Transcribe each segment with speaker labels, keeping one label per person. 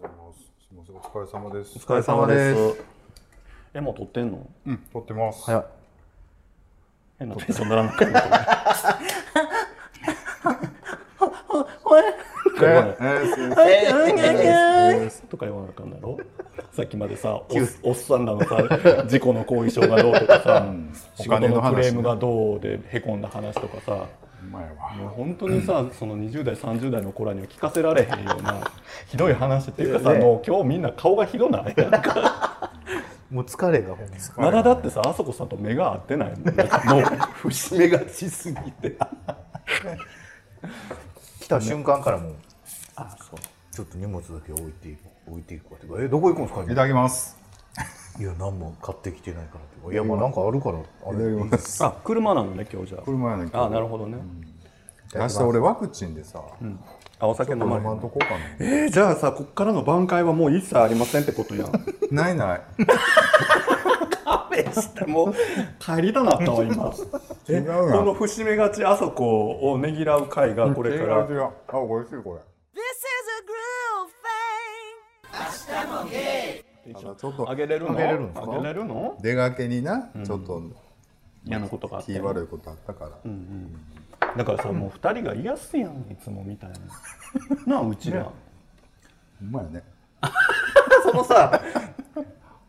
Speaker 1: すみません、お疲れ様です。
Speaker 2: お疲れ様です
Speaker 3: お疲れ様です。え、もう撮ってんの
Speaker 1: うん、撮ってます。
Speaker 2: 早い。
Speaker 3: 変なテンションならなかった。
Speaker 1: えー、えー、え
Speaker 3: とか言わなあかんだろさっきまでさおおっさんらのさ事故の後遺症がどうとかさ
Speaker 1: お
Speaker 3: 仕事
Speaker 1: 金の話ね
Speaker 3: のクレームがどうでへこんだ話とかさ
Speaker 1: ー前は。
Speaker 3: もう本当にさその20代30代の子らには聞かせられへんようなひどい話っていうかさ
Speaker 2: ね
Speaker 3: もう今日みんな顔がひどないなんか
Speaker 2: もう疲れがほんま。
Speaker 3: まだだってさあそこさんと目が合ってないもん ねもう節目がちすぎて
Speaker 2: 来た瞬間からもう、
Speaker 3: あそう
Speaker 2: ちょっと荷物だけ置いていく、置いていくわとか、え、どこ行くんですか
Speaker 1: いただきます。
Speaker 2: いや、何も買ってきてないからとか、いや、まあなんかあるから、あれでいいです。
Speaker 3: あ車なのね今日じゃ
Speaker 1: 車やねんけ
Speaker 3: ああなる
Speaker 1: ど。
Speaker 3: ほどね、
Speaker 1: 明日俺ワクチンでさ、
Speaker 3: あお酒飲ま
Speaker 1: 飲
Speaker 3: れへ
Speaker 1: ま
Speaker 3: ん
Speaker 1: んとこうかな。
Speaker 3: えー、じゃあさこっからの挽回はもう一切ありませんってことやん
Speaker 1: ないない。
Speaker 3: もう帰りたなったわ今
Speaker 1: 違
Speaker 3: え
Speaker 1: う
Speaker 3: こ
Speaker 1: な
Speaker 3: の節目がちあそこをねぎらう会がこれか
Speaker 1: 違
Speaker 3: ら
Speaker 1: う違う。あ、美味しいこ
Speaker 4: This is a groove thing.
Speaker 1: れ。ただちょっと
Speaker 3: あげれるの
Speaker 2: あげれるんですか
Speaker 3: あげれるの
Speaker 1: 出がけにな、ちょっと
Speaker 3: 嫌なことがあって
Speaker 1: 気悪いことあったから。
Speaker 3: だからさもう二人が癒すやんいつもみたいな なあうちら、
Speaker 1: うまいね。
Speaker 3: そのさ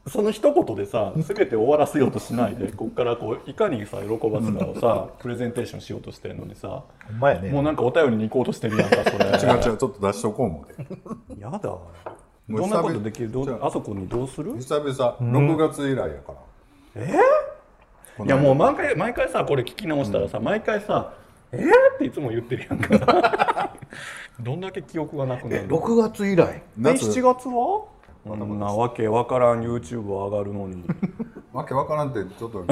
Speaker 3: その一言でさ全て終わらせようとしないでこっからこういかにさ喜ばすかをさプレゼンテーションしようとしてるのにさ
Speaker 2: ほんまやね。
Speaker 3: もうなんかお便りに行こうとしてるやんかそれ
Speaker 1: 違う違う、ちょっと出しとこうもんね。
Speaker 3: やだ。ど
Speaker 1: もうん
Speaker 3: なことできるど
Speaker 1: じゃ
Speaker 3: うあそこにどうする
Speaker 1: 久々、6月以来やから。え
Speaker 3: いやもう毎回毎回さこれ聞き直したらさ、毎回さ「えー?」っていつも言ってるやんか どんだけ記憶がなくなるの
Speaker 2: 6月以来。
Speaker 3: え
Speaker 1: 夏
Speaker 3: 7月はこんなわけわからん YouTube 上がるのに
Speaker 1: わけわからんってちょっともっ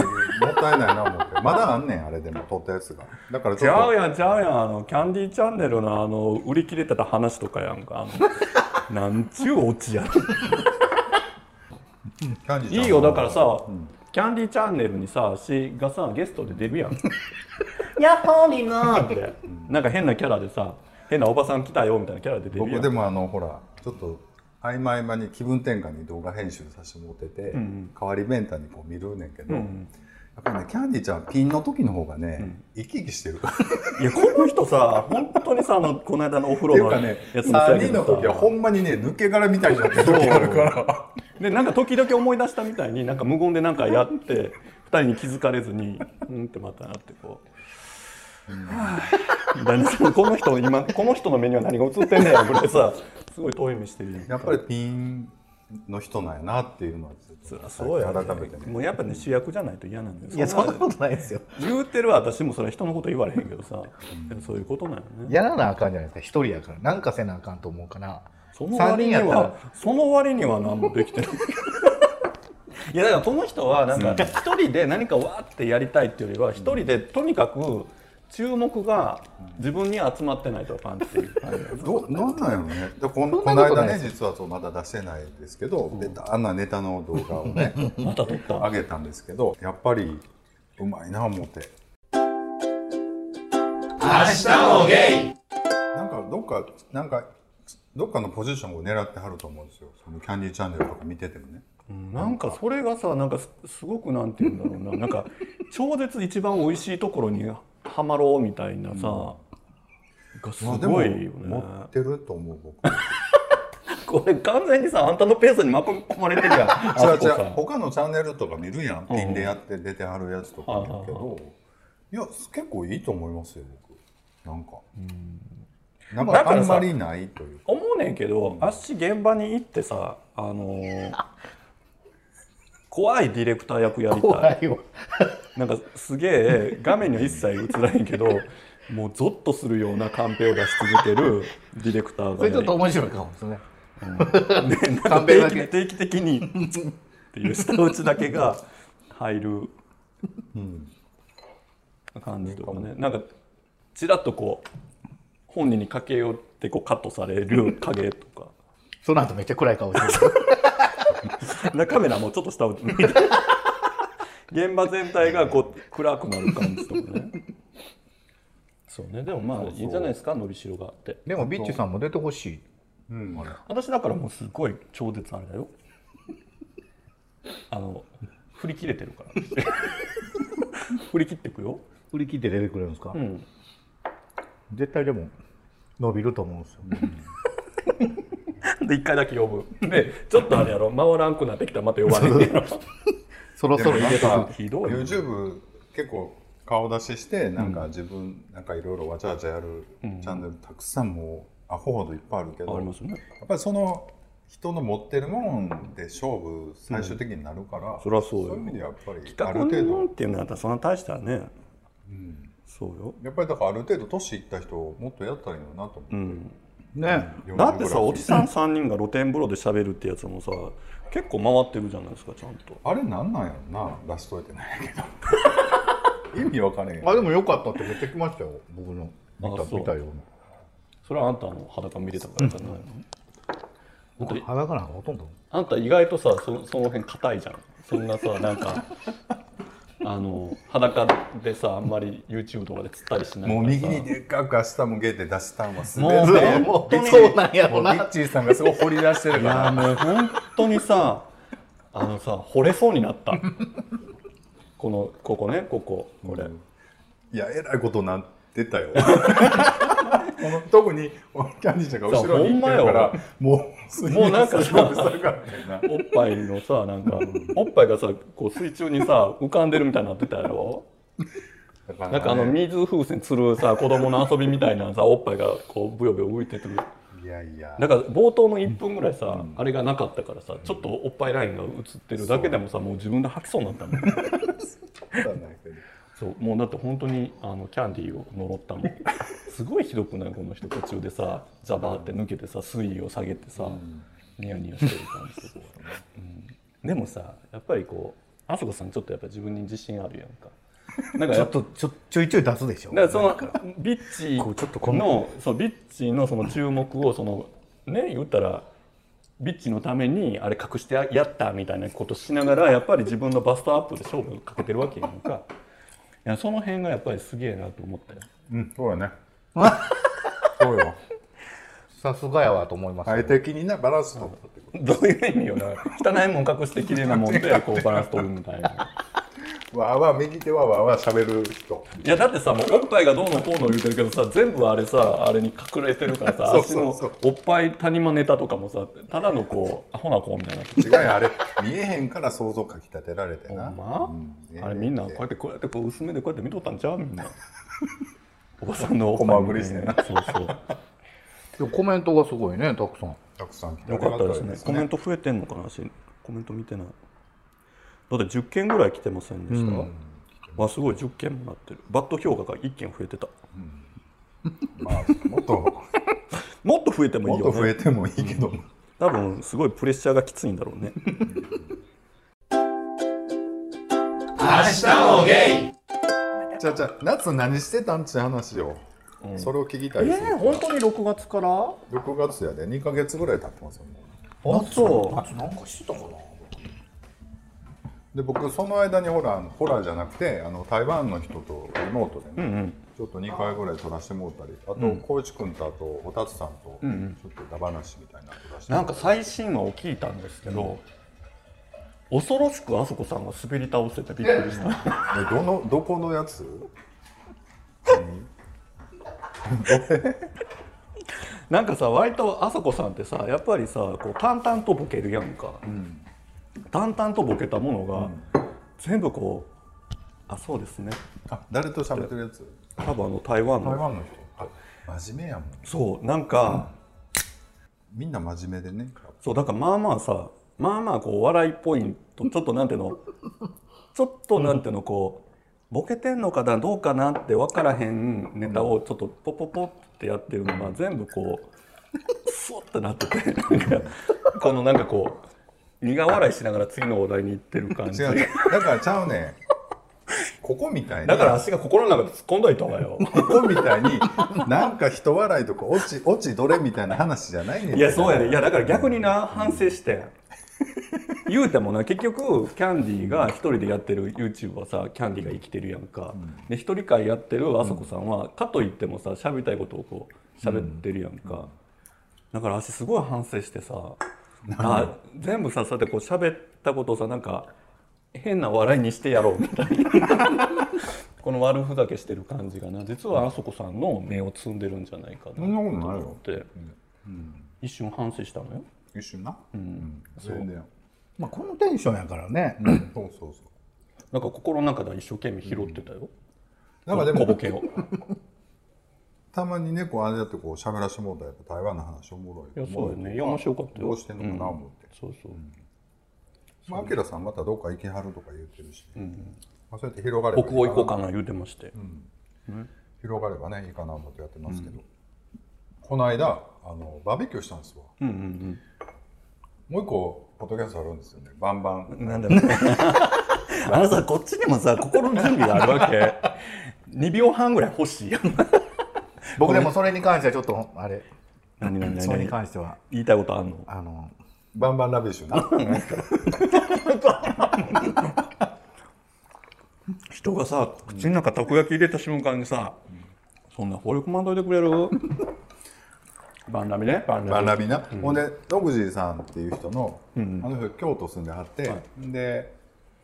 Speaker 1: たいないな思ってまだあんねんあれでも撮ったやつがだから
Speaker 3: ち
Speaker 1: ちょ
Speaker 3: ゃう
Speaker 1: っ
Speaker 3: やんちゃうやんあのキャンディーチャンネルのあの売り切れてた話とかやんかあの なんちゅうオチやん
Speaker 1: と感じ
Speaker 3: いいよだからさ、キャンディーチャンネルにさしがさゲストで出るやん やっほーみんなーってなんか変なキャラでさ変なおばさん来たよみたいなキャラで出るや
Speaker 1: 僕
Speaker 3: ん
Speaker 1: でもあのほらちょっと合間合間に気分転換に動画編集させてもらってて、代わりメンタにこう見るねんけど、やっぱりねキャンディちゃんピンの時の方がね、生き生きしてるっ
Speaker 3: いやこの人さ本当にさあのこの間のお風
Speaker 1: ていう
Speaker 3: 呂の
Speaker 1: か
Speaker 3: や
Speaker 1: ね
Speaker 3: つも そうや
Speaker 1: 3
Speaker 3: け
Speaker 1: 人の
Speaker 3: ど
Speaker 1: 時は
Speaker 3: さ
Speaker 1: ほんまにね抜け殻みたいになってる時あるから
Speaker 3: でなんか時々思い出したみたいになんか無言でなんかやって2人に気づかれずにうんってまたなってこう。だねこの人今この人の目には何が映ってんねやぐらいさすごい遠い目してるやん
Speaker 1: やっぱりピンの人なんやなっていうのは
Speaker 3: そりゃそうや、ね、
Speaker 1: 改めてね
Speaker 3: もうやっぱね主役じゃないと嫌なんです
Speaker 2: いや、そんなことないですよ。
Speaker 3: 言うてる私もそれは人のこと言われへんけどさでもそういうことなんよね
Speaker 2: やらなあかんじゃないですか、一人やから。なんかせなあかんと思うから。
Speaker 3: その割に
Speaker 2: 三人やっ
Speaker 3: はその割には何もできてない いやだからこの人はなんか一人で何かわーってやりたいっていうよりは一人でとにかく注目が自分に集まってないとあかんっていう感じ
Speaker 1: どなんなんやろねでこん
Speaker 2: そん
Speaker 1: こ
Speaker 2: なこと
Speaker 1: の間
Speaker 2: ない
Speaker 1: ね実はそうまだ出してないですけど、であんなネタの動画をね
Speaker 3: また撮った
Speaker 1: 上げたんですけどやっぱりうまいな思って明日もゲイなんかどっかなんかどっかのポジションを狙ってはると思うんですよそのキャンディーチャンネルとか見ててもね
Speaker 3: なんかそれがさなんかすすごくなんて言うんだろうななんか超絶一番美味しいところにはまろうみたいなさ、がす
Speaker 1: まあ
Speaker 3: ごいよね
Speaker 1: で、も持ってると思う僕
Speaker 3: これ完全にさあんたのペースに巻き込まれてるやん
Speaker 1: 違
Speaker 3: あ
Speaker 1: う
Speaker 3: そこ
Speaker 1: 違
Speaker 3: さ
Speaker 1: う他のチャンネルとか見るやんピンでやって出てはるやつとか見るけどいや結構いいと思いますよ僕なんかなん
Speaker 3: だ
Speaker 1: か
Speaker 3: か
Speaker 1: あ
Speaker 3: ら
Speaker 1: ん
Speaker 3: さ
Speaker 1: まりないというか
Speaker 3: 思うねんけど、あっし現場に行ってさあの ー怖いディレクター役やりたい
Speaker 2: 怖いよ。
Speaker 3: なんかすげえ画面には一切映らへんけどもうゾッとするようなカンペを出し続けるディレクターが
Speaker 2: それ
Speaker 3: や
Speaker 2: ちょっ
Speaker 3: りた
Speaker 2: と
Speaker 3: い
Speaker 2: 面白いかもです ね。
Speaker 3: ね、なんか
Speaker 2: 勘
Speaker 3: 定
Speaker 2: 弁だ
Speaker 3: 期
Speaker 2: け
Speaker 3: 定期的にっていう舌打ちだけが入る感じとかねなんかちらっとこう本人に駆け寄ってこうカットされる影とか。
Speaker 2: その後めっちゃ暗い顔してる。
Speaker 3: なカメラもちょっと下を向 いて現場全体がこう暗くなる感じとかねそうねでもまあいいんじゃないですかのりしろがあって
Speaker 2: でも、ビッチさんも出てほしい。
Speaker 1: うん、
Speaker 3: 私だからもうすごい超絶あれ だよあの振り切れてるから 振り切ってくよ、
Speaker 2: 振り切って出てくれるんですか、
Speaker 3: うん、
Speaker 2: 絶対でも伸びると思うんですよ、
Speaker 3: で一回だけ呼ぶでちょっとあれやろ回らんくなってきたらまた呼ばれるやろ
Speaker 2: そろそろ入れ
Speaker 1: でもな
Speaker 2: た
Speaker 1: んか
Speaker 3: ひどいね
Speaker 1: YouTube 結構顔出ししてなんか自分なんかいろいろわちゃわちゃやるチャンネルたくさんもうアホほどいっぱいあるけど、
Speaker 3: あり
Speaker 1: や
Speaker 3: ますね
Speaker 1: っぱりその人の持ってるもんで勝負最終的になるから、
Speaker 3: そりゃそうよ
Speaker 1: いう意味でやっぱりあ
Speaker 3: 企
Speaker 1: る
Speaker 3: 画
Speaker 1: 程
Speaker 3: のもん
Speaker 1: 度
Speaker 3: っていうのはそんな大したね、そうよ、
Speaker 1: やっぱりだからある程度年いった人をもっとやったらいいのなと思う、
Speaker 3: うん、
Speaker 2: ね
Speaker 1: 40
Speaker 3: だって
Speaker 1: ぐ
Speaker 3: さ
Speaker 1: らい
Speaker 3: おじさん3人が露天風呂で喋るってやつもさ結構回ってるじゃないですかちゃんと
Speaker 1: あれなんなんやろな出しといてない けど意味わかれへん
Speaker 2: あでも良かったってめっちゃ来ましたよ僕の見た
Speaker 3: あそう
Speaker 2: 見たよう
Speaker 3: それはあんたの裸見れたからじゃないの、
Speaker 2: な裸なんかほとんど
Speaker 3: あんた意外とさそその辺硬いじゃんそんなさなんか あの裸でさあんまり YouTube とかで釣ったりしないから
Speaker 1: も
Speaker 3: さ
Speaker 1: う右にでっかく明日もゲーで出したんはすべ
Speaker 3: もう
Speaker 1: て
Speaker 3: 本当に
Speaker 2: そうなんやろ
Speaker 1: もうリ
Speaker 2: な
Speaker 1: ッチーさんがすごい掘り出してる
Speaker 3: い
Speaker 1: か
Speaker 3: や
Speaker 1: ら
Speaker 3: もう本当にさあのさ惚れそうになったこのここねこここれ、
Speaker 1: うんいやえらいことなってたよ この特にキャンディーちゃんが後ろに行ってるから
Speaker 3: そ
Speaker 1: もう
Speaker 3: もうなんか
Speaker 1: すごい下がって んな
Speaker 3: おっぱいのさなんかおっぱいがさこう水中にさ浮かんでるみたいになってたやろ
Speaker 1: だ
Speaker 3: なんかあの水風船釣るさ子供の遊びみたいなさおっぱいがこうブヨブヨ浮いててる
Speaker 1: いやいや
Speaker 3: だから冒頭の1分ぐらいさ、あれがなかったからさちょっとおっぱいラインが映ってるだけでもさもう自分で吐きそうになったもんそうもうだって本当にあのキャンディーを呪ったもんすごいひどくないこの人途中でさザバーって抜けてさ水位を下げてさ、ニヤニヤしてる感じで、うん、でもさやっぱりこうあそこさんちょっとやっぱ自分に自信あるやんかなんか
Speaker 2: ち
Speaker 3: や
Speaker 2: ょ
Speaker 3: っ
Speaker 2: っ
Speaker 3: ぱ
Speaker 2: とちょちょいちょい出すでしょ
Speaker 3: だからそのビッチ
Speaker 2: こうちょっとこん
Speaker 3: のそうビッチのその注目をそのね言ったらビッチのためにあれ隠してやったみたいなことしながらやっぱり自分のバストアップで勝負かけてるわけやんかいやその辺がやっぱりすげえなと思ったよ
Speaker 1: うんそうやねそうよ
Speaker 2: さすがやわと思いますよ
Speaker 1: 相手気になバランス取ったってこ
Speaker 3: どういう意味よな汚いもん隠して綺麗なもん でこうバランス取るみたいな
Speaker 1: とわあわあ右手はわあわあ喋る人
Speaker 3: いやだってさもうおっぱいがどうのこうの言うてるけどさ全部あれさあれに隠れてるからさ
Speaker 1: そう
Speaker 3: 足
Speaker 1: そう
Speaker 3: の
Speaker 1: そう
Speaker 3: おっぱい谷間ネタとかもさただのこうアホな子みたいな
Speaker 1: 違うよあれ見えへんから想像かき立てられてな
Speaker 3: ほん
Speaker 1: うん
Speaker 3: まあれみんなこうやってこうやってこう薄めでこうやって見とったんちゃうみん なおばさんのおっぱい
Speaker 1: 細送りしてな
Speaker 3: そうそう
Speaker 2: でもコメントがすごいねたくさん
Speaker 1: たくさん来て
Speaker 3: よかっ
Speaker 1: あ
Speaker 3: たです
Speaker 1: りがたい
Speaker 3: ねコメント増えてんのかなしコメント見てないだって10件ぐらい来てませんでした、わあすごい10件もなってるバット評価が1件増えてた
Speaker 1: まあもっと
Speaker 3: もっと増えても
Speaker 1: も
Speaker 3: い い
Speaker 1: っ
Speaker 3: よ
Speaker 1: と増
Speaker 3: ね
Speaker 1: えてもいいけど、
Speaker 3: 多分すごいプレッシャーがきついんだろう ね
Speaker 1: じゃあじゃあ夏何してたんちゅう話を、それを聞きたいです、
Speaker 3: 本当に6月からあ
Speaker 1: 6月やで2か月ぐらい経ってますよもう
Speaker 3: そ
Speaker 2: 夏なんかしてたかな
Speaker 1: で僕その間にほらあのホラーじゃなくてあの台湾の人とリモートでね、ちょっと2回ぐらい撮らせてもらったりあと光一君とあとおたつさんとちょっとダバなしみたいなの撮らせて
Speaker 3: う
Speaker 1: も
Speaker 3: な
Speaker 1: ら
Speaker 3: ん
Speaker 1: った
Speaker 3: か最新話を聞いたんですけど、恐ろしくあそこさんが滑り倒せてびっくりした
Speaker 1: えどのどこのやつ
Speaker 3: なんかさ割とあそこさんってさやっぱりさこう淡々とボケるやんか、淡々とボケたものが、全部こうあそうですね
Speaker 1: あ誰と喋ってるやつ
Speaker 3: 多分あの台湾の
Speaker 1: 台湾の人あ真面目やもん
Speaker 3: そうなんか、
Speaker 1: みんな真面目でね
Speaker 3: そうだからまあまあさまあまあこう笑いポイントちょっとなんていう のちょっとなんていうのこうボケてんのかなどうかなって分からへんネタをちょっとポポポってやってるのが全部こうスッとなっててなんかこのなんかこう苦笑いしながら次のお題に行ってる感じ
Speaker 1: 違うだからちゃうねんここみたいな
Speaker 3: だから足が心の中で突っ込んどいた方がよ
Speaker 1: ここみたいになんか人笑いとか落ち落ちどれみたいな話じゃないねんて
Speaker 3: いやそうやでいやだから逆にな反省して ん言うてもな結局キャンディーが一人でやってる YouTube はさキャンディーが生きてるやんか、で一人会やってるあそこさんは、かといってもさ喋りたいことをこう喋ってるやんか、だから私すごい反省してさあ全部さそうやってこう喋ったことをさなんか変な笑いにしてやろうみたいな この悪ふざけしてる感じがな実はあそこさんの目をつんでるんじゃないか
Speaker 1: そん
Speaker 3: な
Speaker 1: な
Speaker 3: っ
Speaker 1: ことない
Speaker 3: 思
Speaker 1: よ
Speaker 3: っ。て一瞬反省したのよ。
Speaker 1: 一瞬な。うん。全然。
Speaker 2: まあ、このテンションやからね、
Speaker 1: そうそうそう。
Speaker 3: なんか心の中では一生懸命拾ってたよ、
Speaker 1: なんかで
Speaker 3: 小
Speaker 1: も
Speaker 3: ボケを
Speaker 1: たまにねこうあれだってこう喋らせてもらったらやっぱ台湾の話おも
Speaker 3: い
Speaker 1: ろい
Speaker 3: やそうよねいや面白かったよ
Speaker 1: どうしてんのかな思って、
Speaker 3: そうそう、
Speaker 1: まあアキラさんまたどっか行きはるとか言ってるし、まあ、そうやって広がれば
Speaker 3: 僕を行こうかな言うてまして、
Speaker 1: 広がればねいいかな思ってやってますけど、この間あのバーベキューしたんですわ、もう一個ポッドキャストあるんですよねバンバン
Speaker 3: なんだろうあのさこっちにもさ心の準備があるわけ2秒半ぐらい欲しいよ
Speaker 2: 僕でもそれに関してはちょっとあれ
Speaker 3: 何何
Speaker 2: それに
Speaker 3: 何
Speaker 2: 関しては
Speaker 3: 言いたいことあんの
Speaker 2: あの
Speaker 1: バンバンラビッシュな
Speaker 3: 人がさ口の中たこ焼き入れた瞬間にさ、そんな放り込まんといてくれるバンラミねバン
Speaker 1: バ
Speaker 3: ラ
Speaker 1: ン
Speaker 3: ミ
Speaker 1: ラビな、ほんで徳次さんっていう人の、あの人京都住んではって、で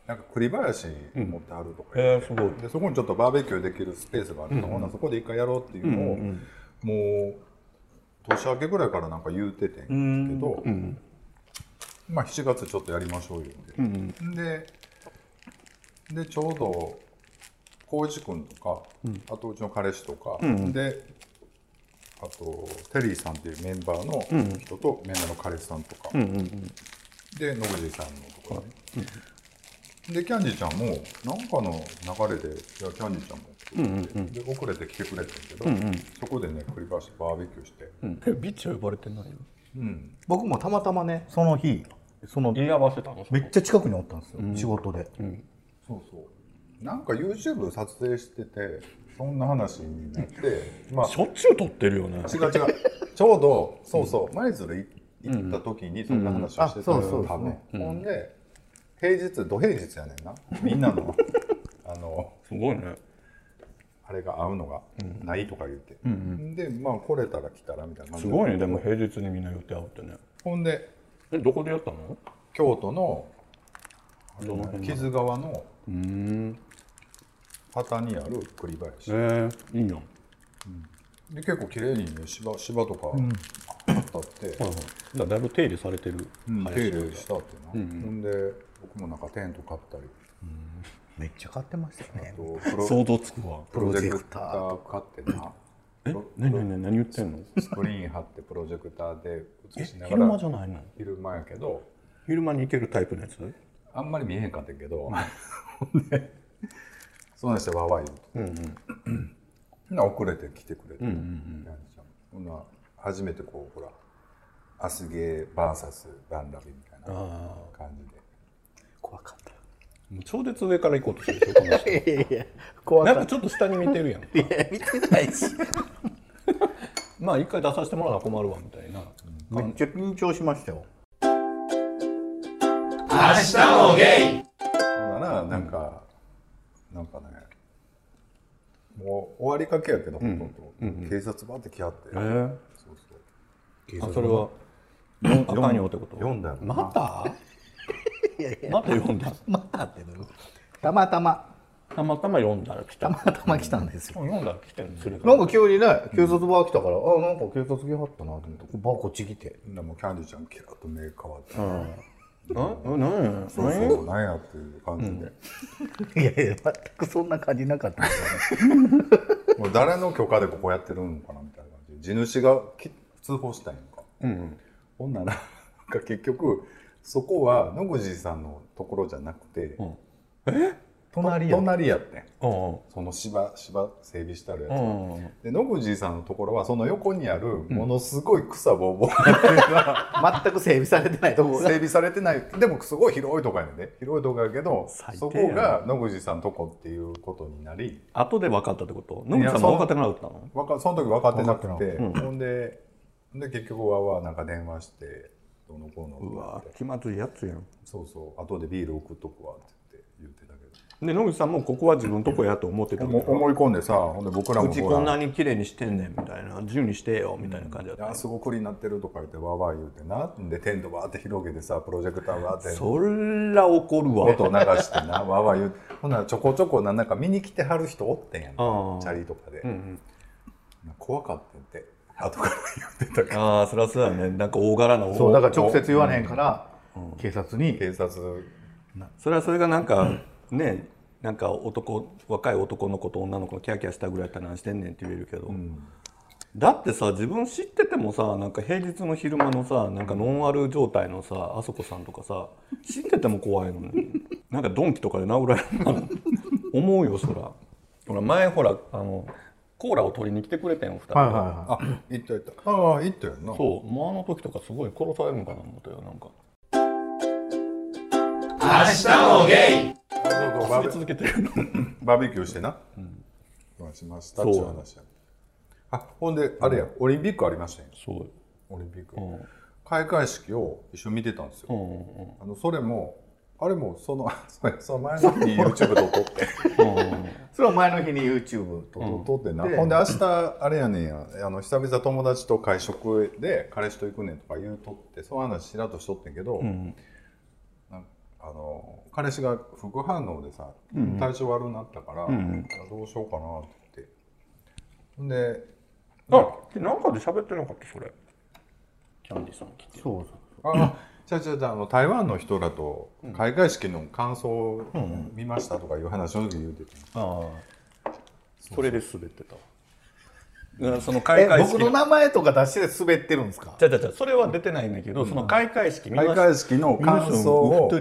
Speaker 1: なんか栗林持ってはるとか言って、
Speaker 3: えー、すごい
Speaker 1: でそこにちょっとバーベキューできるスペースがあるから、ほなそこで一回やろうっていうのを、もう年明けぐらいからなんか言うててんけど、まあ7月ちょっとやりましょうよって、ででちょうど浩一君とか、あとうちの彼氏とか、であとテリーさんっていうメンバーの人と、メンバーの彼氏さんとか、で野口さんのところね、でキャンディーちゃんもなんかの流れで「いやキャンディーちゃんも」で遅れて来てくれてんけど、そこでね繰り返してバーベキューして、
Speaker 3: えビッチは呼ばれてないよ
Speaker 2: 僕もたまたまねその日その
Speaker 3: 言い合わせたの
Speaker 2: めっちゃ近くにおったんですよ、仕事で、
Speaker 1: そうそうなんか YouTube 撮影しててそんな話になって まあ
Speaker 3: しょっちゅう撮ってるよね
Speaker 1: 違う違うちょうどそうそう舞鶴い行った時にそんな話をしてた
Speaker 2: うんあそうそ
Speaker 1: よ
Speaker 2: うそ
Speaker 1: 多
Speaker 2: う
Speaker 1: 分ほんで平日土平日やねんなみんなの あの
Speaker 3: すごいね
Speaker 1: あれが合うのがないとか言って、でまあ来れたら来たらみたいな感
Speaker 3: す
Speaker 1: じで
Speaker 3: ごいねでも平日にみんな予定合うってね
Speaker 1: ほんで
Speaker 3: えどこでやったの
Speaker 1: 京都の
Speaker 3: どの辺
Speaker 1: 木津川の旗にある栗林、
Speaker 3: えー、いいやん
Speaker 1: で結構綺麗にね芝芝とかあったって、
Speaker 3: はいはいだからだいぶ手入れされてる、
Speaker 1: うん手入れしたってな、ほんで僕もなんかテント買ったり
Speaker 2: めっちゃ買ってましたね
Speaker 1: あとプロ
Speaker 3: 想像つくわ
Speaker 1: プロジェクター買ってな
Speaker 3: え何何何何言ってんの
Speaker 1: スクリーン貼ってプロジェクターで映しなが
Speaker 3: 昼間
Speaker 1: ら
Speaker 3: じゃないの
Speaker 1: 昼間やけど
Speaker 3: 昼間に行けるタイプのやつ
Speaker 1: あんまり見えへんかったけど、 ほんでそうなんですよ、ワワイ言うと。ほな遅れて来てくれて、なんちゃうほんな初めてこう、ほら、アスゲー VS ランラビみたいな感じで。
Speaker 2: 怖かった
Speaker 3: もう超絶上から行こうとしてるでしょこの人
Speaker 2: いやいや 怖
Speaker 3: なんかちょっと下に見てるやん
Speaker 2: いや見てないし
Speaker 3: まあ一回出させてもらうのは困るわみたいな、
Speaker 2: めっちゃ緊張しましたよ
Speaker 1: ほんなら、なんか、なんかね、もう終わりかけやけど、ほとんど、警察バって来はって、
Speaker 3: え
Speaker 1: そうそう
Speaker 3: あそれは四あかんよってこと
Speaker 1: 読んだよな
Speaker 3: ま たまた読んだ
Speaker 2: またってどういうことたまたま
Speaker 3: たまたま読んだら来た
Speaker 2: たまたま来たんですよ、
Speaker 3: 読んだら来てるそれ
Speaker 2: なんか急にね警察バー来たから、あなんか警察来はったなと思ってこうバーこっち来て
Speaker 1: ほんならもうキャンディーちゃん、キラッと目変わって、
Speaker 3: ん何
Speaker 1: そうそう、なんやっていう感じで。
Speaker 2: いやいや全くそんな感じなかったんですよね
Speaker 1: もう誰の許可でここやってるのかなみたいな感じで地主がき通報したんやんか、ほんならなんか結局そこは野口さんのところじゃなくて、
Speaker 3: ん
Speaker 2: 隣や
Speaker 1: 隣やってん
Speaker 3: うん
Speaker 1: その芝芝整備してあるやつ、
Speaker 3: うんうん
Speaker 1: で野口さんのところはその横にあるものすごい草ぼうぼうな
Speaker 2: 全く整備されてない とこ
Speaker 1: 整
Speaker 2: が
Speaker 1: 備されてないでもすごい広いとこやねんで広いとこやけど
Speaker 3: 最低やな
Speaker 1: そこが野口さんのとこっていうことになり
Speaker 3: 後で分かったってこと野口さんも分かってなかったの
Speaker 1: わかその時分かってなく
Speaker 2: 分かって
Speaker 1: ほんでで結局わわなんか電話してどうのこうのとか
Speaker 3: 気まずいやつやん
Speaker 1: そうそう後でビール送っとくわってって言ってたけ
Speaker 3: で野口さんもここは自分のとこやと思ってた
Speaker 1: ど
Speaker 3: も
Speaker 1: も
Speaker 3: ん
Speaker 1: う思い込んでさほんで僕ら
Speaker 3: う
Speaker 1: も
Speaker 3: ち
Speaker 1: ほ
Speaker 3: こんな
Speaker 1: ら
Speaker 3: に綺麗にしてんねんみたいな自由にしてよみたいな感じだっ
Speaker 1: い
Speaker 3: た
Speaker 1: やすごくクリになってるとか言ってわーわー言うてなんでテントバーって広げてさプロジェクターバーって
Speaker 3: そら怒るわ
Speaker 1: 音流してなわーわー言うてほんならちょこちょこななんか見に来てはる人おってんやんチ
Speaker 3: ああ
Speaker 1: ャリとかで、
Speaker 3: うん
Speaker 1: 怖かったって後から言ってたけど
Speaker 3: ああそりゃそうだよねなんか大柄な
Speaker 2: そうだから直接言われへんから、警察に
Speaker 1: 警察
Speaker 3: それはそれがなんかねなんか男若い男の子と女の子のキャーキャーしたぐらいやったら何してんねんって言えるけど、だってさ自分知っててもさなんか平日の昼間のさなんかノンアル状態のさあそこさんとかさ知ってても怖いの になんかドンキとかで殴られるの思うよそらほら前ほらあのコーラを取りに来てくれてんお二人、
Speaker 2: はいはいは
Speaker 1: あ行った行ったああ行ったよな
Speaker 3: そうもうあの時とかすごい殺されるのかな思ったよなんか
Speaker 1: そうバー
Speaker 3: 遊び
Speaker 1: ベ
Speaker 3: 続けて るの
Speaker 1: バーベキューしてな、うん、しましたっていう話やあほんであれやオリンピックありましたよ
Speaker 3: そう
Speaker 1: オリンピック、
Speaker 3: ん
Speaker 1: 開会式を一緒に見てたんですよ、
Speaker 3: うんうんうん
Speaker 1: あのそれもあれもその それその前の日に YouTube と撮って
Speaker 2: いそれは前の日に YouTube と、
Speaker 1: 撮ってな、ほんで明日あれやねんやあの久々友達と会食で彼氏と行くねんとか言うとってそういう話しらっとしとってんけど、なんかあの彼氏が副反応でさ体調悪くなったから、いやどうしようかなって言ってほんで
Speaker 3: あ、でなんかで喋ってなかったそれ。キャンディさん来て。
Speaker 2: そうそう
Speaker 1: あじゃあじゃあじゃああの台湾の人らと開会式の感想を見ましたとかいう話の時に言うてて、
Speaker 3: ああ。それで滑ってたわ。うんその
Speaker 2: え
Speaker 3: 開会式
Speaker 2: 僕の名前とか出して滑ってるんですか
Speaker 3: じゃじゃじゃそれは出てないんだけど、その開会式見まし
Speaker 1: 開会式の感想を
Speaker 3: 人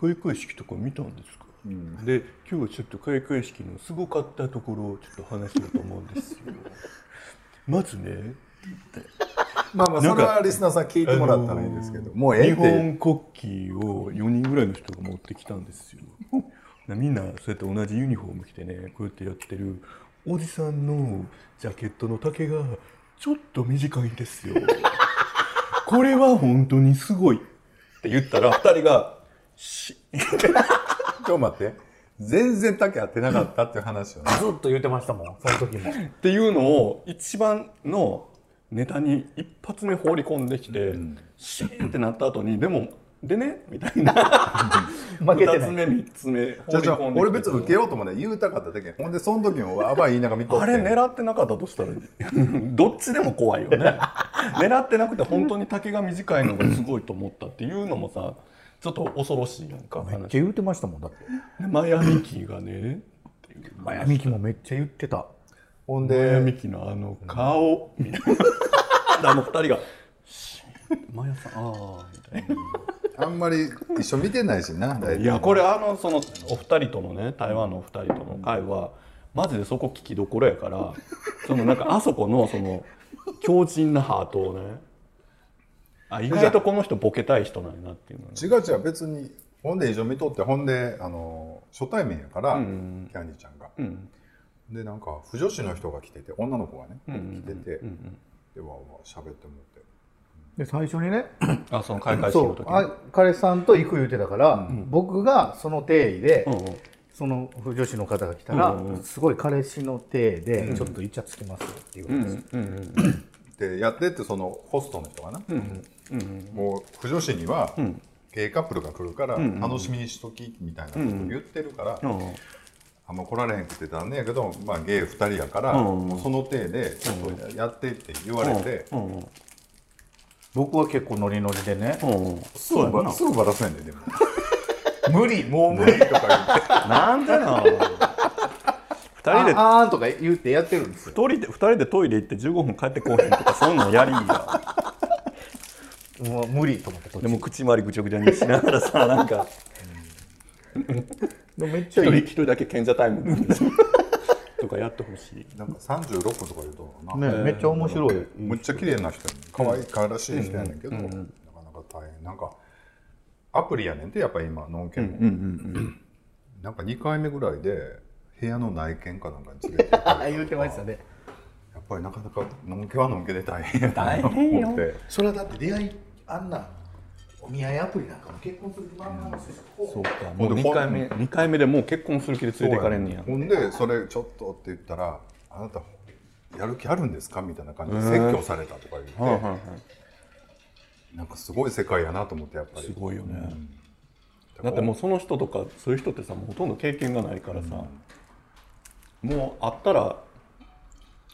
Speaker 3: 開会式とか見たんですか、で今日はちょっと開会式のすごかったところをちょっと話しようと思うんです よまずね
Speaker 1: まあまあそれはリスナーさん聞いてもらったらいいですけど、もうええ
Speaker 3: 日
Speaker 1: っていう
Speaker 3: 本国旗を4人ぐらいの人が持ってきたんで すよなみんなそうやって同じユニフォーム着てねこうやってやってるおじさんのジャケットの丈がちょっと短いんですよ これは本当にすごいって言ったら2人がし
Speaker 1: ちょっと待って全然丈合ってなかったっていう話を ね
Speaker 2: ずっと言ってましたもんその時も
Speaker 3: っていうのを一番のネタに一発目放り込んできて、シーンってなった後にでもでねみたいな
Speaker 2: 負けて
Speaker 3: 2つ
Speaker 2: ない
Speaker 3: 目3つ目放
Speaker 1: じゃあ
Speaker 3: り
Speaker 1: じゃあ
Speaker 3: 込んできて
Speaker 1: 俺別に受けようと思って言うたかっただけほんでその時もわば言いながら見とって
Speaker 3: あれ狙ってなかったとしたら どっちでも怖いよね 狙ってなくて本当に丈が短いのがすごいと思ったっていうのもさちょっと恐ろしいやんか
Speaker 2: めっちゃ言ってましたもんだって
Speaker 3: 話マヤミキがねっていう
Speaker 2: マヤミキもめっちゃ言ってた
Speaker 1: ほん
Speaker 3: マヤミ
Speaker 1: で
Speaker 3: キのあの 顔みたいなあの二人がシーン「マヤさんああ」みたいな。
Speaker 1: あんまり一緒見てないしな大体
Speaker 3: いやこれあのそのお二人とのね台湾のお二人との会はマジでそこ聞きどころやからそのなんかあそこのその強靭なハートをねあ意外とこの人ボケたい人なんやなっていうのね
Speaker 1: 違う違う別にほんで一緒見とってほんであの初対面やから、
Speaker 3: ん
Speaker 1: キャンディちゃんが、
Speaker 3: うん
Speaker 1: でなんか腐女子の人が来てて女の子がね、
Speaker 3: ん
Speaker 1: 来てて、
Speaker 3: うんうん
Speaker 1: でわーわー喋ってもって
Speaker 2: で最初にね
Speaker 3: あその開会式の
Speaker 2: そう
Speaker 3: 時に
Speaker 2: あ彼氏さんと行く言ってたから、僕がその定位で、
Speaker 3: うんうん
Speaker 2: その女子の方が来たら、
Speaker 3: うんうん
Speaker 2: すごい彼氏の体でちょっとイチャつきますよっていうことです、
Speaker 1: でやってってそのホストの人がな、もう腐女子には、ゲイカップルが来るから楽しみにしときみたいなこと言ってるから、
Speaker 3: うん
Speaker 1: あんま来られへんくてたんねやけど、まあ、ゲイ2人やから、
Speaker 3: うん
Speaker 1: もうその体でちょっとやってって言われて、
Speaker 3: うんうん
Speaker 2: 僕は結構ノリノリでね、
Speaker 3: うんうん
Speaker 1: すぐばすぐばらせんねんでも
Speaker 2: 無理もう無
Speaker 1: 無
Speaker 2: 理
Speaker 1: 理とか言って
Speaker 3: なんでな二人で
Speaker 2: ああーんとか言ってやってるんですよ
Speaker 3: 一人で二人でトイレ行って15分帰ってこうへんとかそういうのやりい や
Speaker 2: もう無理と思って
Speaker 3: で
Speaker 2: でも
Speaker 3: も口周りぐちゃぐちゃにしながらさなんか
Speaker 2: でもめっ
Speaker 3: 一
Speaker 2: ちゃ
Speaker 3: 人
Speaker 2: いい
Speaker 3: 一人だけ賢者タイムとかやってほしい。
Speaker 1: なんか36とか言うとな、
Speaker 2: ねめっちゃ面白い、
Speaker 1: むっちゃ綺麗な人やねん可愛い可愛らしい人やねんけど、なかなか大変なんかアプリやねんってやっぱ今ノンケも、なんか2回目ぐらいで部屋の内見かなんかに連れて行ったりと
Speaker 2: あ
Speaker 1: か
Speaker 2: 言ってましたね
Speaker 1: やっぱりなかなかのんけはのんけで大変やな
Speaker 3: 大変よ
Speaker 1: と思って
Speaker 2: それはだって出会いあんなお見合いアプリなんかも結婚する気満々なんですよ
Speaker 3: そうかもう
Speaker 1: ほんで
Speaker 3: 2回目二回目でもう結婚する気でついていかれんねや
Speaker 1: ほんでそれちょっとって言ったら「あなたやる気あるんですか?」みたいな感じで説教されたとか言って、
Speaker 3: はいはいはい
Speaker 1: なんかすごい世界やなと思ってやっぱり
Speaker 3: すごいよね、だってもうその人とかそういう人ってさもうほとんど経験がないからさ、もう会ったら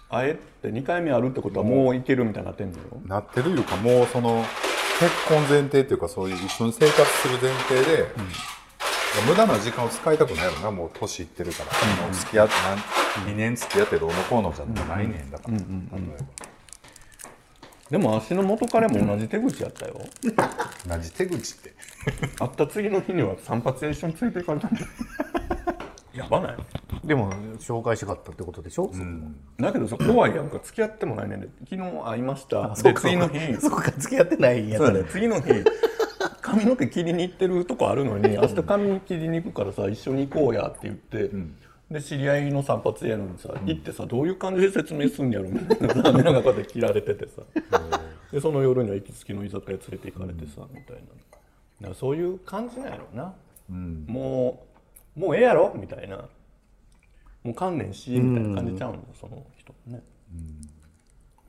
Speaker 3: 会えって2回目あるってことはもういけるみたいになってんのよ、
Speaker 1: なってるいうかもうその結婚前提っていうかそういう一緒に生活する前提で、無駄な時間を使いたくないよなもう年いってるから、もう付き合って2年付き合ってどうのこうのじゃないねんだから、例え
Speaker 3: でも足の元彼も同じ手口やったよ、
Speaker 1: ば同じ手口って
Speaker 3: 会った次の日には散髪へ一緒についていかれたんだよやばない
Speaker 2: でも紹介したかったってことでしょ、う
Speaker 3: だけどさ怖いやんか付き合ってもないねんで昨日会いました
Speaker 2: そう
Speaker 3: で
Speaker 2: か
Speaker 3: 次の日
Speaker 2: そうか付き合ってないんや
Speaker 3: そうやね次の日 髪の毛切りに行ってるとこあるのに明日髪切りに行くからさ一緒に行こうやって言って、で知り合いの散髪やのにさ、行ってさどういう感じで説明すんやろみたいな さなんかこうやって切られててさでその夜には行きつけの居酒屋連れて行かれてさ、みたいなだからそういう感じなんやろな、もうもうええやろみたいなもう観念しみたいな感じちゃうの、その人ね。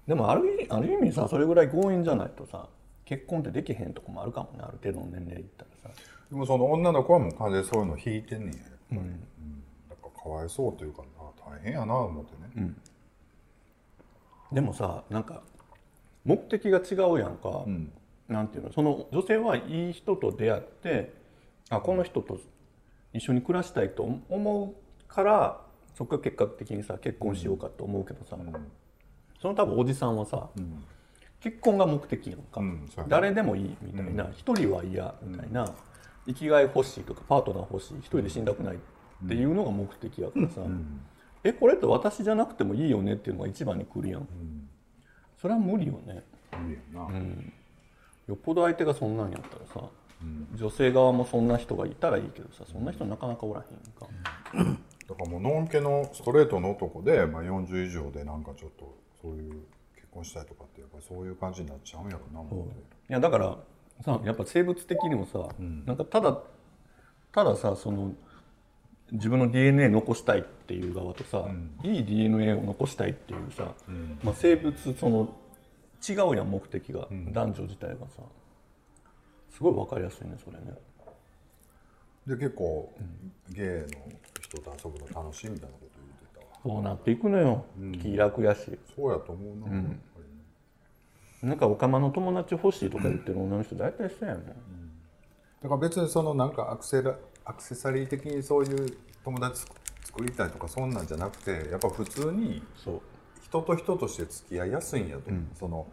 Speaker 3: でもある意味ある意味さそれぐらい強引じゃないとさ結婚ってできへんとこもあるかもねある程度の年齢いったらさ
Speaker 1: でもその女の子はもう完全にそういうの引いてんねんやっぱり、うんだからかわいそうというかな大変やなと思ってね、
Speaker 3: でもさなんか目的が違うやんか、なんていうのその女性はいい人と出会ってあこの人と一緒に暮らしたいと思うからそこから結果的にさ結婚しようかと思うけどさ、その多分おじさんはさ、結婚が目的やんか、
Speaker 1: うんそうやね
Speaker 3: 誰でもいいみたいな一、人は嫌みたいな、生きがい欲しいとかパートナー欲しい一人で死んだくないっていうのが目的やからさ、えこれって私じゃなくてもいいよねっていうのが一番に来るやん、それは無理よね
Speaker 1: いいよな、
Speaker 3: よっぽど相手がそんなんやったらさ、女性側もそんな人がいたらいいけどさそんな人なかなかおらへんか、
Speaker 1: だからもうノンケのストレートの男で、まあ、40以上でなんかちょっとそういう結婚したいとかってやっぱりそういう感じになっちゃうんやろなもう
Speaker 3: いやだからさやっぱ生物的にもさ、なんかただたださその自分の DNA 残したいっていう側とさ、いい DNA を残したいっていうさ、まあ、生物その違うやん目的が、男女自体がさすごい分かりやすいねそれね。
Speaker 1: で結構、ゲイの人と遊ぶの楽しいみたいなこと言ってたわ
Speaker 3: そうなっていくのよ、気楽やし
Speaker 1: そうやと思うな、やっぱりね
Speaker 3: なんかおかまの友達欲しいとか言ってる女の人大体そうやもん、
Speaker 1: だから別にそのなんかアクセラアクセサリー的にそういう友達作りたいとかそんなんじゃなくてやっぱ普通に
Speaker 3: そう
Speaker 1: 人と人として付き合いやすいんやと思う、その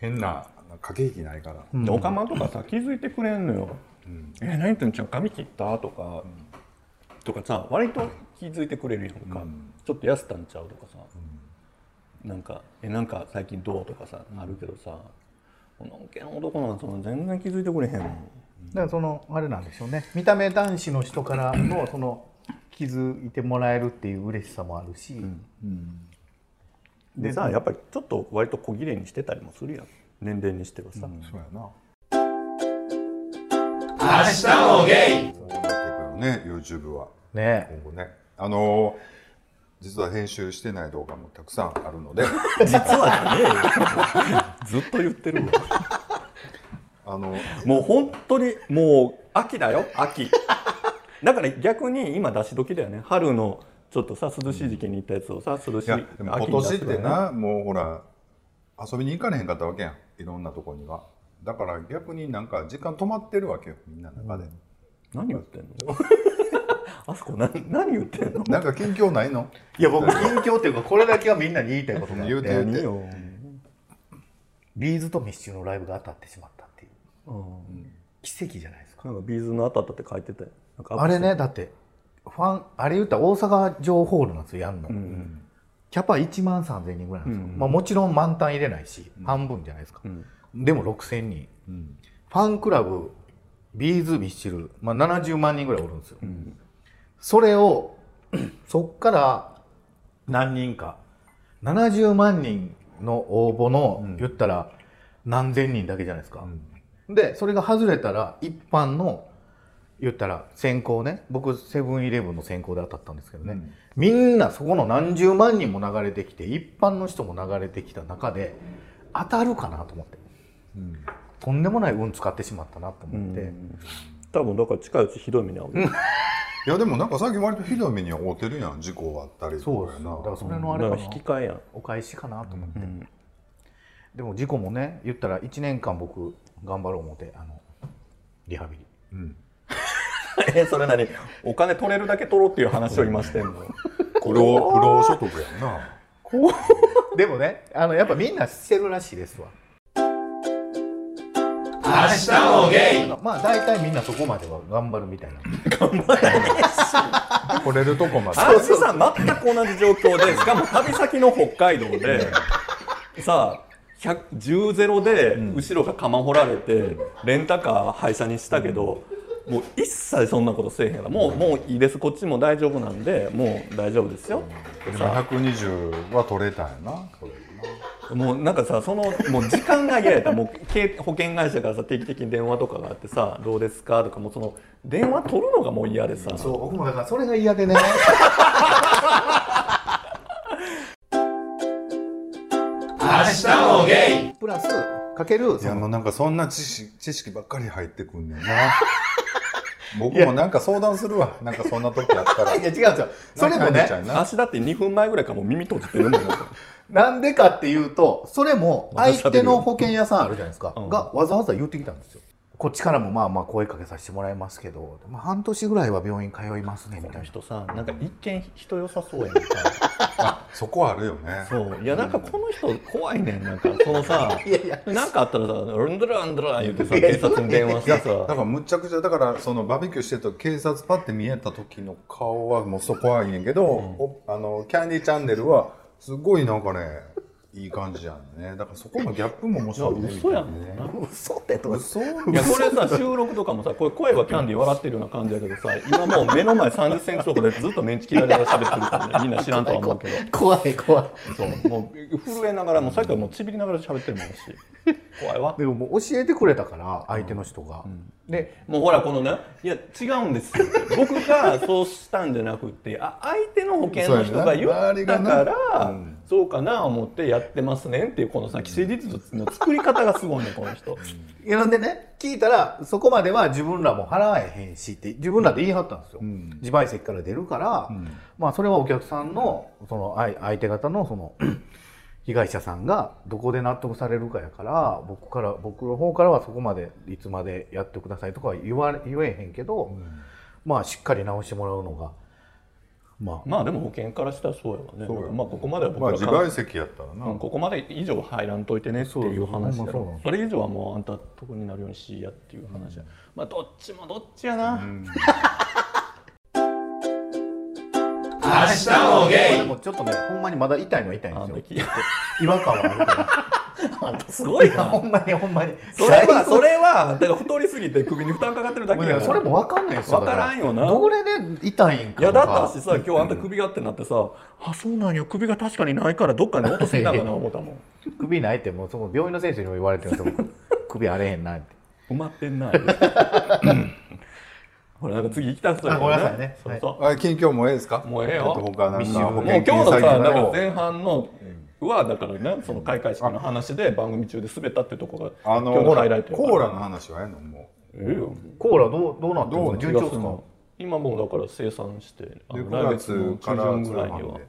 Speaker 1: 変ななんか駆け引きないから、
Speaker 3: でおかまとかさ気づいてくれんのよ「え何てんちゃん髪切った?」とか、とかさ割と気づいてくれるやんか、ちょっと痩せたんちゃうとかさ、なんか「えなんか最近どう?」とかさあるけどさこのんけの男なんてその全然気づいてくれへんもん
Speaker 2: だからそのあれなんでしょうね見た目男子の人からのその気づいてもらえるっていう嬉しさもあるし、
Speaker 3: でさやっぱりちょっと割と小切れにしてたりもするやん年齢にしてはさ、
Speaker 1: そうやなそうなってくるよ
Speaker 2: 明日もゲイ
Speaker 1: ね YouTube は
Speaker 2: ねえ
Speaker 1: 今後ねあのー実は編集してない動画もたくさんあるので
Speaker 3: 実はじゃねえよずっと言ってるわ
Speaker 1: あの
Speaker 3: もう本当にもう秋だよ秋 だから逆に今出し時だよね春のちょっとさ涼しい時期に行ったやつをさ涼し
Speaker 1: い
Speaker 3: い
Speaker 1: やでも今
Speaker 3: に出
Speaker 1: 年っ
Speaker 3: すから
Speaker 1: て
Speaker 3: ね
Speaker 1: な、もうほら遊びに行かれへんかったわけやんいろんなとこにはだから逆になんか時間止まってるわけよみんなの中で、
Speaker 3: 何言ってんの あそこ何何言ってんの
Speaker 1: なんか近況ないの
Speaker 2: いや僕近況っていうかこれだけはみんなに言いたいことがあ
Speaker 1: 言う
Speaker 2: って
Speaker 1: 言
Speaker 2: て
Speaker 1: う
Speaker 3: 何
Speaker 1: て
Speaker 3: よ、
Speaker 2: ビーズとミッシュのライブが当たってしまったっていう
Speaker 3: うん、
Speaker 2: 奇跡じゃないですか
Speaker 3: なんかビーズの当たったって書いてたよなんかアッ
Speaker 2: あ
Speaker 3: プ
Speaker 2: れねだってファンあれ言ったら大阪城ホールなんですよやんの、キャパ1万3000人ぐらいなんですよ、まあ、もちろん満タン入れないし、半分じゃないですか、でも6000人、ファンクラブビーズビッシュル、まあ、70万人ぐらいおるんですよ、それをそっから何人か70万人の応募の、言ったら何千人だけじゃないですか、でそれが外れたら一般の言ったら選考ね僕セブンイレブンの選考で当たったんですけどね、
Speaker 1: うん
Speaker 2: みんなそこの何十万人も流れてきて一般の人も流れてきた中で当たるかなと思って
Speaker 1: うん
Speaker 2: とんでもない運使ってしまったなと思って、
Speaker 3: 多分だから近いうちひどい目に遭う、
Speaker 1: いやでもなんか最近割とひどい目に遭うてるやん事故あったり
Speaker 2: そ
Speaker 1: と
Speaker 2: う
Speaker 1: かや
Speaker 2: ですねだ
Speaker 1: な
Speaker 2: からそれのあれ
Speaker 3: だ
Speaker 2: か
Speaker 3: か
Speaker 2: な、
Speaker 3: ら引き換えやん、
Speaker 2: お返しかなと思って、
Speaker 3: うん
Speaker 2: でも事故もね言ったら1年間僕頑張ろう思ってあのリハビリ
Speaker 1: うん
Speaker 3: えそれ何お金取れるだけ取ろうっていう話を今してんの
Speaker 1: 不労不労所得やんな
Speaker 2: でもねあのやっぱみんなしてるらしいですわ明日もゲイまあ大体みんなそこまでは頑張るみたいな
Speaker 1: 来れるとこまで
Speaker 3: あずさん全く同じ状況 でしかも旅先の北海道でさあ100 10ゼロで後ろが釜掘られてレンタカー廃車にしたけど、もう一切そんなことせえへんからもうもういいですこっちも大丈夫なんでもう大丈夫ですよ
Speaker 1: でも
Speaker 3: さ
Speaker 1: 120は取れたんやなこれ
Speaker 3: あもうなんかさそのもう時間が嫌やったもうけ保険会社からさ定期的に電話とかがあってさ「どうですか?」とかもうその電話取るのがもう嫌でさ、
Speaker 2: そう僕もだからそれが嫌 でね明日もゲイプラスかける
Speaker 1: い
Speaker 2: そ
Speaker 1: や
Speaker 2: の
Speaker 1: もうなんかそんな知識知識ばっかり入ってくんねんな 僕もなんか相談するわなんかそんな時あ ったら
Speaker 2: いや違うんですよそれもね
Speaker 3: 足だって2分前ぐらいからもう耳閉じてるもん
Speaker 2: なんでかっていうと、それも相手の保険屋さんあるじゃないですか、
Speaker 3: うん
Speaker 2: がわざわざ言ってきたんですよ。こっちからもまあまあ声かけさせてもらいますけど、まあ、半年ぐらいは病院通いますねみ
Speaker 3: こ
Speaker 2: たい
Speaker 3: の
Speaker 2: な。
Speaker 3: 人さなんか一見人良さそうやんか
Speaker 1: そこあるよね
Speaker 3: そういやなんかこの人怖いねんなんかその さ
Speaker 2: いやいや、
Speaker 3: なんかあったらさ「うんドらうんドら」言ってさ警察に電話して
Speaker 1: だ
Speaker 3: さ
Speaker 1: からむちゃくちゃだからそのバーベキューしてた警察パッて見えた時の顔はもうそこはいいんやけど、おあのキャンディーチャンネルはすごいなんかねいい感じやんねだからそこのギャップも面白いね
Speaker 3: 嘘やん
Speaker 1: みたいなね
Speaker 2: 嘘ってとか。
Speaker 1: 嘘
Speaker 3: いやこれさ収録とかもさこれ声はキャンディー笑ってるような感じやけどさ今もう目の前3 0センチとかでずっとメンチ切られながら喋ってるからねみんな知らんとは思うけど
Speaker 2: 怖い怖い。
Speaker 3: そうもう震えながらもうさっきからもうちびりながら喋ってるもんし怖いわ
Speaker 2: でももう教えてくれたから、相手の人が。で、
Speaker 3: もうほらこのねいや違うんですよ僕がそうしたんじゃなくてあ相手の保険の人が言ったからそう,、かな思ってやってますねんっていうこのさ既成事実の作り方がすごいねこの人
Speaker 2: なんでね、聞いたら、そこまでは自分らも払えへんしって、自分らで言い張ったんですよ。
Speaker 1: ん
Speaker 2: 自賠責から出るから、まあそれはお客さんの、その相相手方のその、 被害者さんがどこで納得されるかやから、僕から、僕の方からはそこまでいつまでやってくださいとかは言われ、言えへんけど、まあしっかり直してもらうのが、まあ、
Speaker 3: まあでも保険からしたらそうやわね
Speaker 1: そうや
Speaker 3: まあここまでは僕
Speaker 1: まあ
Speaker 3: ら
Speaker 1: 自
Speaker 3: か、
Speaker 1: 賠責やったらな、
Speaker 3: うんここまで以上入らんといてねっていう話や
Speaker 2: そうそうほんまそうな
Speaker 3: ろ
Speaker 2: の
Speaker 3: それ以上はもうあんたとこになるようにしいやっていう話や、まあどっちもどっちやな、
Speaker 2: でもちょっとね、ほんまにまだ痛いのは痛いん
Speaker 3: あの
Speaker 2: です
Speaker 3: 時
Speaker 2: よ。違和感はあるから。
Speaker 3: すごい
Speaker 2: いや
Speaker 3: な
Speaker 2: ほんまにほんまに。
Speaker 3: それはそ
Speaker 2: れ
Speaker 3: れはだから太りすぎて首に負担かかってるだけやから
Speaker 2: それもわかんないですよ。
Speaker 3: わからんよな
Speaker 2: だらどれで痛いん
Speaker 3: い
Speaker 2: か
Speaker 3: や
Speaker 2: とか。
Speaker 3: だったしさ今日あんた首がってなってさ「あそうなんよ首が確かにないからどっかに落としてたんかな」思ったもん
Speaker 2: 首ないってもうその病院の先生にも言われてるんですよ。僕首荒れへんなって。
Speaker 3: 埋まってんな ほらなんか次行きたそうや
Speaker 2: あごめんなさいね
Speaker 3: そうそう
Speaker 1: あ近況もうええですか
Speaker 3: もうえ
Speaker 1: ち
Speaker 3: えよ
Speaker 1: ょっと他なんか
Speaker 2: 密集
Speaker 1: 保
Speaker 3: もう今
Speaker 1: 険
Speaker 3: 日の
Speaker 1: 金
Speaker 3: さ
Speaker 1: 詐
Speaker 3: だ
Speaker 1: 欺の
Speaker 3: から前半のはだからねその開会式の話で番組中で滑ったってとこが
Speaker 1: あ
Speaker 3: 今
Speaker 1: の
Speaker 3: 日
Speaker 1: ほ
Speaker 3: の
Speaker 1: ら
Speaker 3: ハイライトやから
Speaker 1: コーラの話はええのも
Speaker 3: ええよ
Speaker 2: コーラどうどうなってる
Speaker 1: どう
Speaker 2: の？順
Speaker 3: 気が
Speaker 2: 調
Speaker 3: す
Speaker 2: です
Speaker 3: る
Speaker 2: か
Speaker 3: の？今もうだから生産してあ
Speaker 1: うで
Speaker 3: の
Speaker 1: 9
Speaker 3: 来月の
Speaker 1: 月か
Speaker 3: 中
Speaker 1: ら
Speaker 3: 旬
Speaker 1: 通
Speaker 3: ぐらいには
Speaker 1: 販で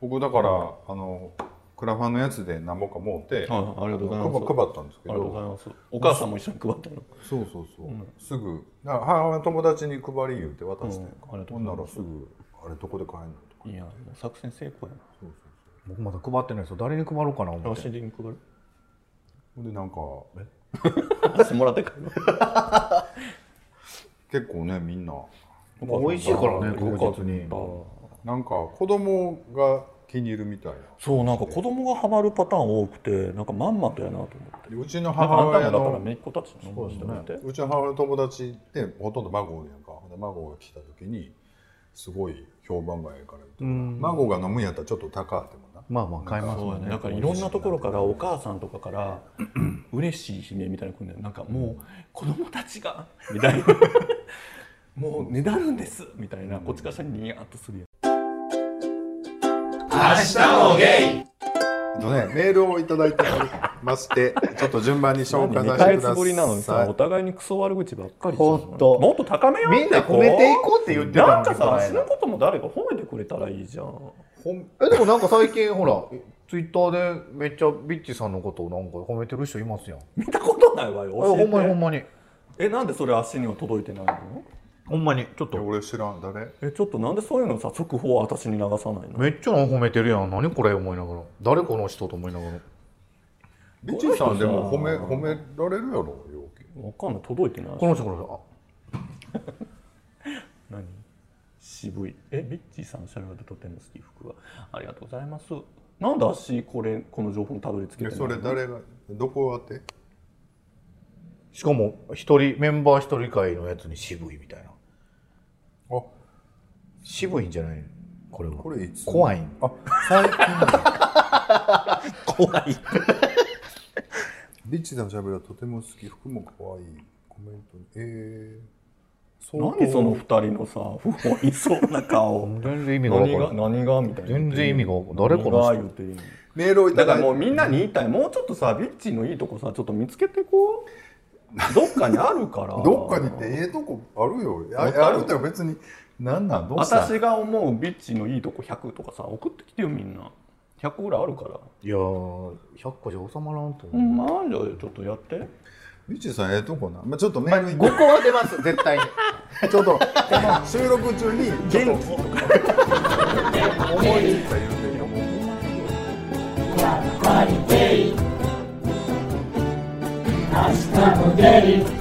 Speaker 1: 僕だからあのクラファンのやつで何本かもうて、
Speaker 3: はいありがとうございます
Speaker 1: 配配ったんですけ
Speaker 3: ありがとうござい
Speaker 1: ど
Speaker 3: ますお母さんも一緒に配ったの
Speaker 1: そうそうそう、すぐだから母親の友達に配り言うて渡して、
Speaker 3: うんありがとうございます
Speaker 1: ほんならすぐあれどこで買えんのとか
Speaker 3: いやもう作戦成功やな
Speaker 2: 僕まだ配ってないですよ。誰に配ろうかな思っ
Speaker 3: 私
Speaker 2: て。
Speaker 3: に配る
Speaker 1: ほんでなんか
Speaker 3: 私もらってから
Speaker 1: 結構ねみんな
Speaker 2: もう美味しいからね確実に。
Speaker 1: なんか子供が気に入るみたいな
Speaker 3: そうなんか子供がハマるパターン多くてなんかまんまとやなと思って
Speaker 1: でうちの
Speaker 3: なんかあ
Speaker 1: 母
Speaker 3: ん
Speaker 1: 親
Speaker 3: たもだから
Speaker 1: の
Speaker 3: めいっ子たちのものしてみて
Speaker 1: うちの母親の友達ってほとんど孫やんかほんで孫が来た時にすごい評判がええから言うと
Speaker 2: うんまあ
Speaker 1: 孫が飲むんやったらちょっと高ってもな
Speaker 2: まあまあ買います
Speaker 3: そう
Speaker 2: も
Speaker 3: だ
Speaker 2: ん
Speaker 3: ね
Speaker 2: ね
Speaker 3: なんかいろんなところからお母さんとかから嬉しい悲鳴みたいなの来るんだよなんかもう子供たちがみたいなもうねだるんですみたいなこっちからしたらニヤッとするやん
Speaker 1: えっとねメールをいただいておりまして ちょっと順番に紹介
Speaker 3: 2
Speaker 1: させ
Speaker 3: ヶ
Speaker 1: てくだ
Speaker 3: 月ぶりなのに
Speaker 1: さ
Speaker 3: さ
Speaker 1: い
Speaker 3: お互いにクソ悪口ばっかり
Speaker 2: ほんと
Speaker 3: もっと高めよう
Speaker 2: みんな褒めていこうって言ってた
Speaker 3: なん
Speaker 2: のに
Speaker 3: か
Speaker 2: この
Speaker 3: さ
Speaker 2: 間
Speaker 3: 私のことも誰か褒めてくれたらいいじゃん
Speaker 2: えでもなんか最近ほらツイッターでめっちゃビッチさんのことをなんか褒めてる人いますやん
Speaker 3: 見たことないわよ
Speaker 2: あほんまに
Speaker 3: 教えて
Speaker 2: ほんまに
Speaker 3: えなんでそれ足には届いてないの
Speaker 2: ほんまにちょっ
Speaker 1: いや
Speaker 2: と
Speaker 1: 俺知らん誰
Speaker 3: えちょっとなんでそういうのさ速報を私に流さないの
Speaker 2: めっちゃなんか褒めてるやん何これ思いながら誰この人と思いながら
Speaker 1: ビチさんでも褒め
Speaker 3: こ
Speaker 1: 褒
Speaker 3: の
Speaker 1: めら
Speaker 3: 人
Speaker 1: れるやろよ
Speaker 3: わかんない届いてない
Speaker 2: この人この人
Speaker 3: 何渋いえビッチーさんシャルバとても好き服はありがとうございますなんで足これこの情報にたどり着け
Speaker 1: で
Speaker 3: てない
Speaker 1: そ
Speaker 3: の
Speaker 1: れ誰がどこ当て
Speaker 2: しかも一人メンバー一人会のやつに渋いみたいな
Speaker 1: あ
Speaker 2: 渋いんじゃないこれは
Speaker 1: これいつ
Speaker 2: 怖い
Speaker 1: あ最近
Speaker 2: 怖い
Speaker 1: ビッチさんのしゃべりはとても好き服も可愛いコメントにえー、相当
Speaker 3: 何その二人のさ不本意そうな顔
Speaker 2: 全然意味が
Speaker 3: 何
Speaker 2: 分
Speaker 3: が
Speaker 2: からん
Speaker 3: 何がみたいな
Speaker 2: 全然意味が分からん誰こ
Speaker 3: 何が
Speaker 2: の
Speaker 3: 言う
Speaker 2: 人
Speaker 3: てるの
Speaker 1: メールをい
Speaker 3: だ
Speaker 1: た
Speaker 3: か
Speaker 1: だい
Speaker 3: らもう
Speaker 1: て
Speaker 3: みんなに言いたいもうちょっとさビッチーのいいとこさちょっと見つけてこうどっかにあるから
Speaker 1: どっかにってええとこあるよあ
Speaker 3: わかる
Speaker 1: あるって別になんなんどうしたん
Speaker 3: 私が思うビッチーのいいとこ100とかさ送ってきてよみんな100ぐらいあるから
Speaker 2: いやー100個じゃ収まらんと
Speaker 3: うん
Speaker 2: 思う、
Speaker 3: まあじゃあちょっとやって
Speaker 1: ビッチさんええとこな、まあ、ちょっとメールい
Speaker 2: 5個は出ます絶対に
Speaker 1: ちょっとこの収録中にちょっと
Speaker 3: 元気
Speaker 1: 思いついた言うてるよもう
Speaker 5: 明日も出る